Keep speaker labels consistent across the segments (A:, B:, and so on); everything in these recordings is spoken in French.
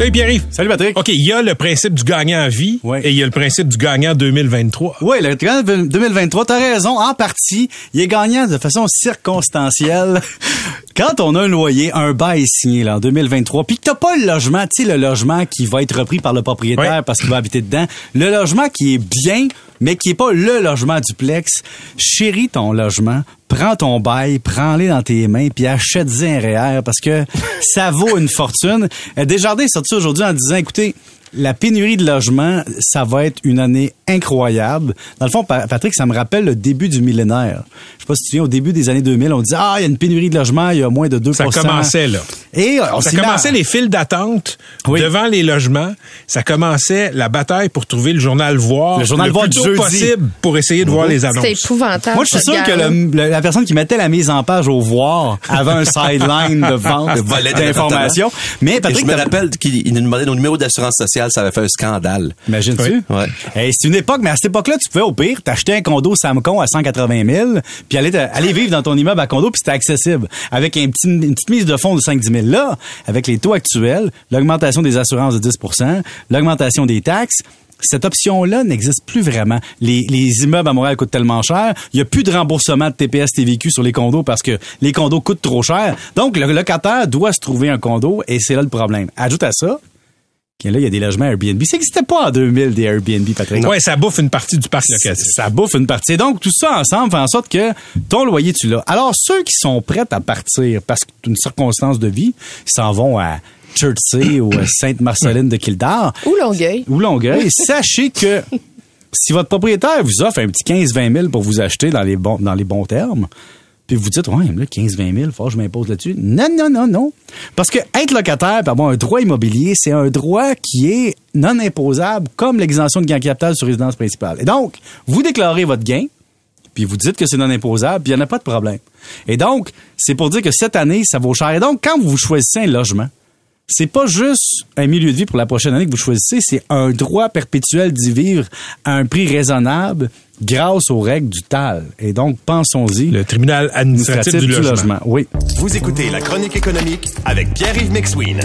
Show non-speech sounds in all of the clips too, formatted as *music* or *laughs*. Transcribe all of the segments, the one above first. A: Hey Pierre-Yves.
B: Salut Patrick.
A: OK, il y a le principe du gagnant à vie
C: Ouais.
A: et il y a le principe du gagnant 2023.
C: Oui, le Grand 2023, t'as raison, en partie, il est gagnant de façon circonstancielle. *laughs* Quand on a un loyer, un bail signé là, en 2023, puis que t'as pas le logement, tu sais, le logement qui va être repris par le propriétaire
A: Ouais.
C: parce qu'il va habiter dedans, le logement qui est bien, mais qui est pas le logement duplex, chéris ton logement, prends ton bail, prends-les dans tes mains, puis achète-y un REER parce que *laughs* ça vaut une fortune. Euh, Desjardins est sorti aujourd'hui en disant, écoutez, la pénurie de logements, ça va être une année incroyable. Dans le fond, Pa- Patrick, ça me rappelle le début du millénaire. Je sais pas si tu te souviens, au début des années 2000, on disait, ah, il y a une pénurie de logements, il y a moins de 2
A: Ça commençait, là.
C: Et euh, on
A: ça
C: s'est mis à-
A: commençait les files d'attente
C: Oui.
A: devant les logements. Ça commençait la bataille pour trouver le journal Voir
C: Le Journal Voir
A: plus
C: du
A: tôt
C: jeudi. Oh.
A: possible pour essayer de voir les annonces.
D: C'est épouvantable.
C: Moi, je suis
D: cette
C: sûr que
D: guerre-là.
C: le- le- la personne qui mettait la mise en page au voir avait un sideline de vente
E: Le volet des
C: d'informations. Mais
E: Et
C: Patrick,
E: je me
C: t'as-
E: rappelle qu'il nous demandait nos numéros d'assurance sociale, ça avait fait un scandale.
C: Imagines-tu?
A: Oui.
E: Ouais.
C: Hey, c'est une époque, mais à cette époque-là, tu pouvais au pire t'acheter un condo Samcon à 180 000, puis aller, te- aller vivre dans ton immeuble à condo, puis c'était accessible. Avec un petit- une petite mise de fonds de 5-10 000. Là, avec les taux actuels, l'augmentation des assurances de 10 l'augmentation des taxes, cette option-là n'existe plus vraiment. Les, les immeubles à Montréal coûtent tellement cher. Il n'y a plus de remboursement de TPS TVQ sur les condos parce que les condos coûtent trop cher. Donc, le locataire doit se trouver un condo et c'est là le problème. Ajoute à ça, que là, il y a des logements Airbnb. Ça n'existait pas en 2000, des Airbnb, Patrick.
A: Ouais, ça bouffe une partie du parc
C: Ça-
A: locatif.
C: Ça bouffe une partie. Donc, tout ça ensemble fait en sorte que ton loyer, tu l'as. Alors, ceux qui sont prêts à partir parce que c'est une circonstance de vie, ils s'en vont à Chertsey ou à Sainte-Marceline de Kildare
D: Ou Longueuil.
C: ou Longueuil, sachez que si votre propriétaire vous offre un petit 15-20 000 pour vous acheter dans les bons, dans les bons termes, puis vous dites, ouais, mais là, 15-20 000, faut que je m'impose là-dessus. Non, non, non, non. Parce que être locataire, puis avoir un droit immobilier, c'est un droit qui est non imposable, comme l'exemption de gain capital sur résidence principale. Et donc, vous déclarez votre gain, puis vous dites que c'est non imposable, puis il n'y en a pas de problème. Et donc, c'est pour dire que cette année, ça vaut cher. Et donc, quand vous choisissez un logement, c'est pas juste un milieu de vie pour la prochaine année que vous choisissez, c'est un droit perpétuel d'y vivre à un prix raisonnable grâce aux règles du TAL. Et donc, pensons-y.
A: Le tribunal administratif, du, logement.
C: Oui.
B: Vous écoutez la chronique économique avec Pierre-Yves Maxwin.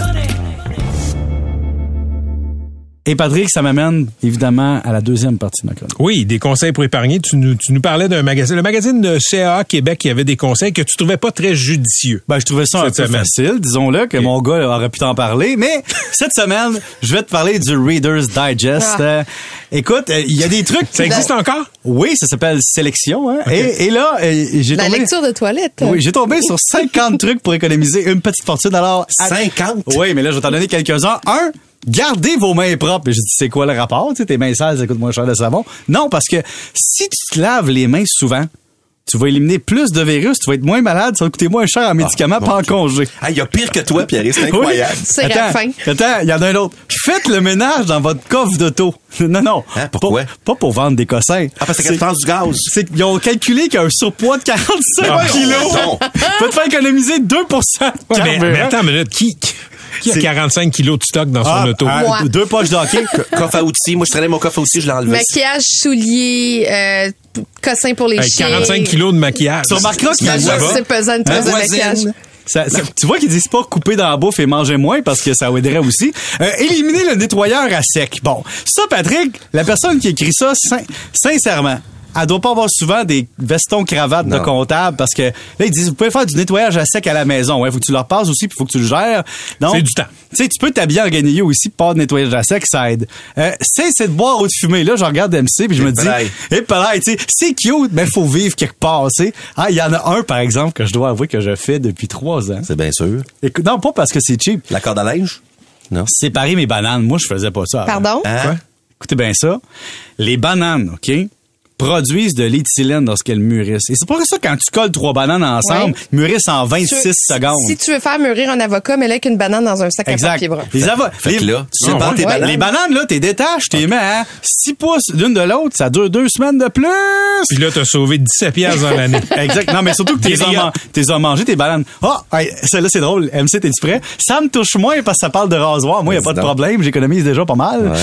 C: Et Patrick, ça m'amène évidemment à la deuxième partie de ma chronique.
A: Oui, des conseils pour épargner. Tu nous, tu nous parlais d'un magazine. Le magazine de CAA Québec qui avait des conseils que tu trouvais pas très judicieux.
C: Ben, je trouvais ça un
A: Cette
C: peu
A: semaine.
C: facile, disons-le, que mon gars aurait pu t'en parler. Mais cette semaine, je vais te parler du Reader's Digest.
D: Ah.
C: Euh, écoute, euh, il y a des trucs...
A: Ça existe encore?
C: Oui, ça s'appelle Sélection. hein. Et, et là, euh, j'ai
D: La
C: tombé...
D: lecture de toilette.
C: Oui, j'ai tombé sur 50 trucs pour économiser une petite fortune. Alors, à-
E: 50?
C: Oui, mais là, je vais t'en donner quelques-uns. Un, gardez vos mains propres. Et je dis, c'est quoi le rapport? Tu sais, tes mains sales, ça coûte moins cher de savon. Non, parce que si tu te laves les mains souvent, tu vas éliminer plus de virus, tu vas être moins malade, ça va te coûter moins cher en médicaments,
E: Ah, mon
C: pas en
E: Dieu.
C: congé.
E: Ah, il y a pire que toi, Pierre, c'est incroyable.
C: Oui.
D: C'est la
C: attends,
D: fin.
C: Attends, il y en a un autre. Faites le ménage dans votre coffre d'auto. *laughs* Non, non.
E: Hein, pourquoi?
C: Pas, pas pour vendre des cossins.
E: Ah, parce que c'est du gaz. Ah,
C: C'est qu'ils ont calculé qu'il y a un surpoids de 45
E: voyons
C: kilos. *laughs*
E: donc.
C: peut te faire économiser 2 de
A: Ouais, mais,
C: carburant.
A: mais attends une minute. Qui, qui a
C: C'est-
A: 45 kilos de stock dans son
C: Ah,
A: auto?
C: ah,
D: Moi.
C: Deux poches
E: *laughs*
C: de hockey.
E: Coffre à outils. Moi, je traînais mon coffre à outils, je l'ai enlevé.
D: Maquillage, souliers, euh, p- cossin pour les
A: Hey,
D: chiens.
A: 45 kilos de maquillage.
C: Tu remarqueras qu'il y a-
D: Ça,
A: Ça va?
D: C'est pesant une trace de
E: voisine.
D: maquillage.
C: Ça- ça- tu vois qu'ils disent pas couper dans la bouffe et manger moins parce que ça aiderait aussi. Euh, éliminer le nettoyeur à sec. Bon, ça, Patrick, la personne qui écrit ça, sin- sincèrement, elle doit pas avoir souvent des vestons cravates de
E: Non.
C: comptable parce que là, ils disent, vous pouvez faire du nettoyage à sec à la maison. Il faut que tu leur passes aussi, puis faut que tu le gères. Donc,
A: C'est du temps.
C: Tu sais, tu peux t'habiller en guenillot aussi, pas de nettoyage à sec, ça aide. Euh, cessez de boire ou de fumer. Là, je regarde MC, puis je me dis,
E: pareil.
C: et pareil, tu sais, c'est cute, mais faut vivre quelque part, tu sais. Ah, il y en a un, par exemple, que je dois avouer que je fais depuis trois ans.
E: C'est bien sûr.
C: Écoute, non, pas parce que c'est cheap.
E: La corde à linge? Non.
C: Séparer
D: Ah,
C: Ah, mes bananes, moi, je faisais pas ça. avant.
D: Pardon?
E: Hein?
C: Écoutez bien ça. Les bananes, OK? produisent de l'éthylène lorsqu'elles mûrissent. Et c'est pour ça que quand tu colles trois bananes ensemble,
D: Ouais.
C: ils mûrissent en 26
D: Tu-
C: secondes.
D: Si tu veux faire mûrir un avocat, mets-le avec une banane dans un sac à
C: Exact.
D: papier brun.
C: Les, ava-
E: Fait que
C: les-
E: là, tu
C: Ah,
E: sépares
C: ouais.
E: tes
C: Ouais.
E: bananes.
C: Les bananes, là, t'es détaches, t'es mets à 6 pouces l'une de l'autre, ça dure deux semaines de plus.
A: Puis là, t'as sauvé 17 piastres dans
C: *laughs*
A: l'année.
C: Exact. Non, mais surtout que
A: Des
C: t'es en, man- t'es en mangé tes bananes. Ah, hey, celle-là, c'est drôle. MC, t'es-tu prêt? Ça me touche moins parce que ça parle de rasoir. Moi, y a
E: Vas-y
C: pas de
E: donc.
C: problème. J'économise déjà pas mal.
E: Ouais.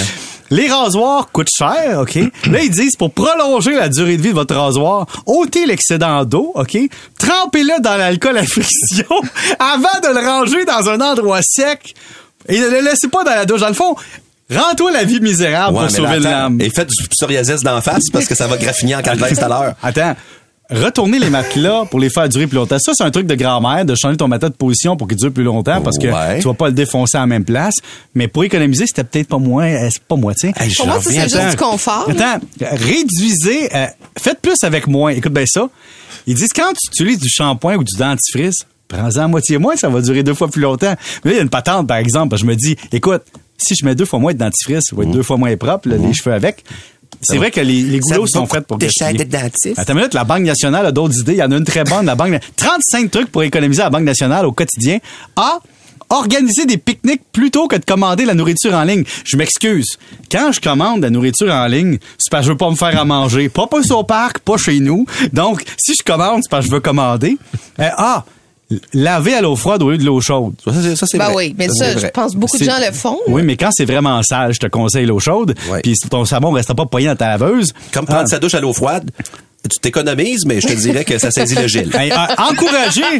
C: Les rasoirs coûtent cher, OK? Là, ils disent, pour prolonger la durée de vie de votre rasoir, ôtez l'excédent d'eau, OK? Trempez-le dans l'alcool à friction *laughs* avant de le ranger dans un endroit sec et ne le laissez pas dans la douche. Dans le fond, rends-toi la vie misérable
E: Ouais,
C: pour
E: mais
C: sauver
E: là, attends,
C: l'âme.
E: Et faites du psoriasis d'en face parce que ça va graffiner
D: *laughs*
E: en calvaire tout à l'heure.
C: Attends. Retourner
E: *laughs*
C: les matelas pour les faire durer plus longtemps. Ça, c'est un truc de grand-mère, de changer ton matelas de position pour qu'il dure plus longtemps parce que
E: Ouais.
C: tu vas pas le défoncer à la même place. Mais pour économiser, c'était peut-être pas moins, euh, c'est pas moitié.
E: Hey, je
D: Pour moi, ça,
E: reviens,
D: c'est juste
E: attends.
D: du confort.
C: Attends, euh, réduisez, euh, faites plus avec moins. Écoute bien ça. Ils disent quand tu utilises du shampoing ou du dentifrice, prends-en à moitié moins, ça va durer deux fois plus longtemps. Mais là, il y a une patente, par exemple, parce que je me dis, écoute, si je mets deux fois moins de dentifrice, je vais être deux fois moins propre, là, les cheveux avec. C'est vrai que les, les
E: Mm. Ça
C: goulots
E: va
C: sont
E: beaucoup
C: faits pour
E: coûter cher
C: gaspiller.
E: d'être dentiste.
C: Attends une minute, la Banque nationale a d'autres idées. Il y en a une très bonne, la Banque na- 35 trucs pour économiser à la Banque nationale au quotidien. A. Organiser des pique-niques plutôt que de commander la nourriture en ligne. Je m'excuse. Quand je commande la nourriture en ligne, c'est parce que je veux pas me faire à manger. Pas pas au parc, pas chez nous. Donc, si je commande, c'est parce que je veux commander. Euh, ah, laver à l'eau froide au lieu de l'eau chaude.
E: Ça, c'est- ça, c'est
D: Ben
E: vrai.
D: oui, mais ça,
E: c'est
D: je
E: vrai.
D: pense beaucoup de
C: C'est-
D: gens le font.
C: Oui, mais quand c'est vraiment sale, je te conseille l'eau chaude.
E: Ouais.
C: Puis ton savon ne restera pas poigné dans ta laveuse.
E: Comme prendre
C: Ah.
E: sa douche à l'eau froide, tu t'économises, mais je te dirais que ça saisit le gel.
C: *laughs* Hey, euh, *laughs* encouragez,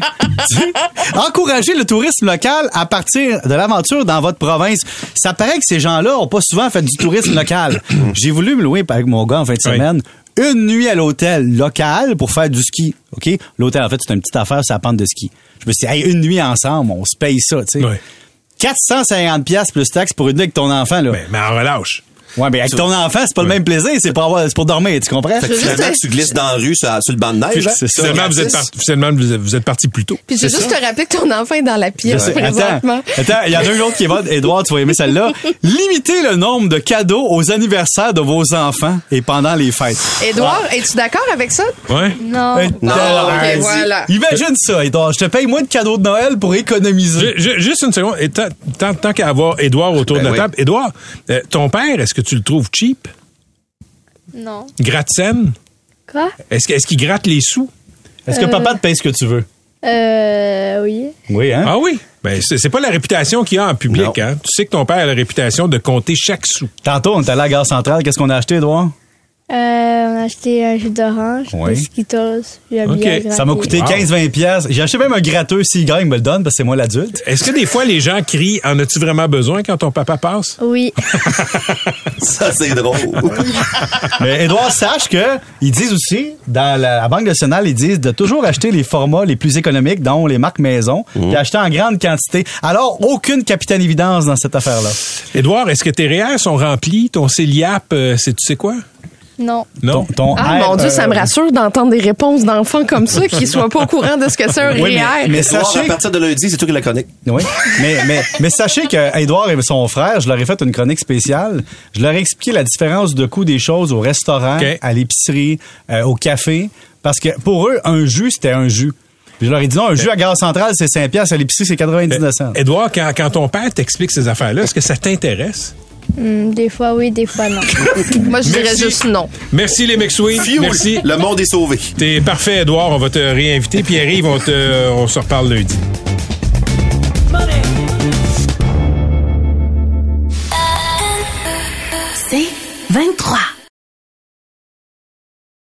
C: tu- encouragez le tourisme local à partir de l'aventure dans votre province. Ça paraît que ces gens-là ont pas souvent fait du tourisme
A: *coughs*
C: local. J'ai voulu me louer avec mon gars en fin de
A: Oui.
C: semaine. Une nuit à l'hôtel local pour faire du ski. OK? L'hôtel, en fait, c'est une petite affaire sur la pente de ski. Je me suis dit, hey, une nuit ensemble, on se paye ça, tu sais.
A: Oui.
C: 450 pièces plus taxes pour une nuit avec ton enfant, là.
A: Ben, mais en relâche.
C: ouais, mais avec ton enfant, c'est pas le même plaisir, c'est pour avoir, c'est pour dormir, tu comprends?
E: Fait que
D: Je veux juste
E: finalement,
D: te-
E: tu glisses dans la rue sur, sur le banc de neige.
C: C'est ça.
A: Finalement, vous êtes,
E: Gratis.
A: par- finalement, vous êtes- vous êtes parti plus tôt.
D: Puis je veux
C: C'est
D: juste
C: ça.
D: te rappeler que ton enfant est dans la
C: Je
D: pièce
C: sais.
D: présentement.
C: Attends, attends, il y en a une autre qui est bonne. Édouard, tu vas aimer celle-là. Limitez le nombre de cadeaux aux anniversaires de vos enfants et pendant les fêtes.
D: Édouard,
C: Ah.
D: es-tu d'accord avec ça? Ah,
A: Ouais.
F: Non.
C: Un
E: Non,
C: tel-
D: ok, voilà.
C: Imagine ça, Édouard. Je te paye moins de cadeaux de Noël pour
A: Ju-
C: économiser.
A: ju- Juste une seconde. Et tant- Tant, tant qu'à avoir Édouard autour
E: Ben
A: de la
E: oui.
A: table. Édouard, euh, ton père, est-ce que tu le trouves cheap?
F: Non.
A: Gratte-scène?
F: Quoi?
A: Est-ce que- est-ce qu'il gratte les sous?
C: Est-ce que papa te paye ce que tu veux?
F: Euh, oui.
C: Oui, hein?
A: Ah oui? Ben, c'est c'est pas la réputation qu'il a en public,
E: Non.
A: hein? Tu sais que ton père a la réputation de compter chaque sou.
C: Tantôt, on est allé à la gare centrale. Qu'est-ce qu'on a acheté, Édouard?
F: Euh, on a acheté un jus d'orange,
C: Oui.
F: des Skittles, puis un
A: Ok,
F: billet à
C: Ça m'a
F: gratter.
C: coûté
A: Wow.
C: 15-20$. piastres. J'ai acheté même un gratteux. S'il gagne, il me le donne parce que c'est moi l'adulte.
A: Est-ce que des fois les gens crient En as-tu vraiment besoin quand ton papa passe?
F: Oui.
E: Ça, c'est drôle.
C: Mais Édouard, sache que ils disent aussi, dans la, la Banque nationale, ils disent de toujours acheter les formats les plus économiques, dont les marques maison,
A: Mm.
C: puis acheter en grande quantité. Alors, aucune capitaine évidence dans cette affaire-là.
A: Édouard, est-ce que tes REER sont remplis? Ton CELIAP, euh, c'est tu sais quoi?
F: non.
A: Non.
C: ton
D: Ah,
C: R,
D: mon Dieu,
C: euh,
D: ça me rassure d'entendre des réponses d'enfants comme ça qui soient pas au courant de ce que c'est un
C: *laughs* Oui, mais-
D: REER.
C: mais
E: Édouard,
C: sachez
E: à partir de lundi, c'est toi qui la chronique.
C: Oui. Mais, mais, mais sachez que Édouard et son frère, je leur ai fait une chronique spéciale. Je leur ai expliqué la différence de coût des choses au restaurant,
A: OK.
C: à l'épicerie, euh, au café. Parce que pour eux, un jus, c'était un jus. Puis je leur ai dit non, un jus à Gare Centrale, c'est 5 piastres, à l'épicerie, c'est 99 cents.
A: Euh, Édouard, quand, quand ton père t'explique ces affaires-là, est-ce que ça t'intéresse?
F: Hum, des fois oui, des
C: *laughs*
F: fois non.
D: Moi, je dirais
A: Merci.
D: juste non.
A: Merci les McSween. Merci.
E: Le monde est sauvé.
A: T'es parfait, Édouard. On va te réinviter. Pierre-Yves, on, te- euh, on se reparle lundi.
G: C'est 23.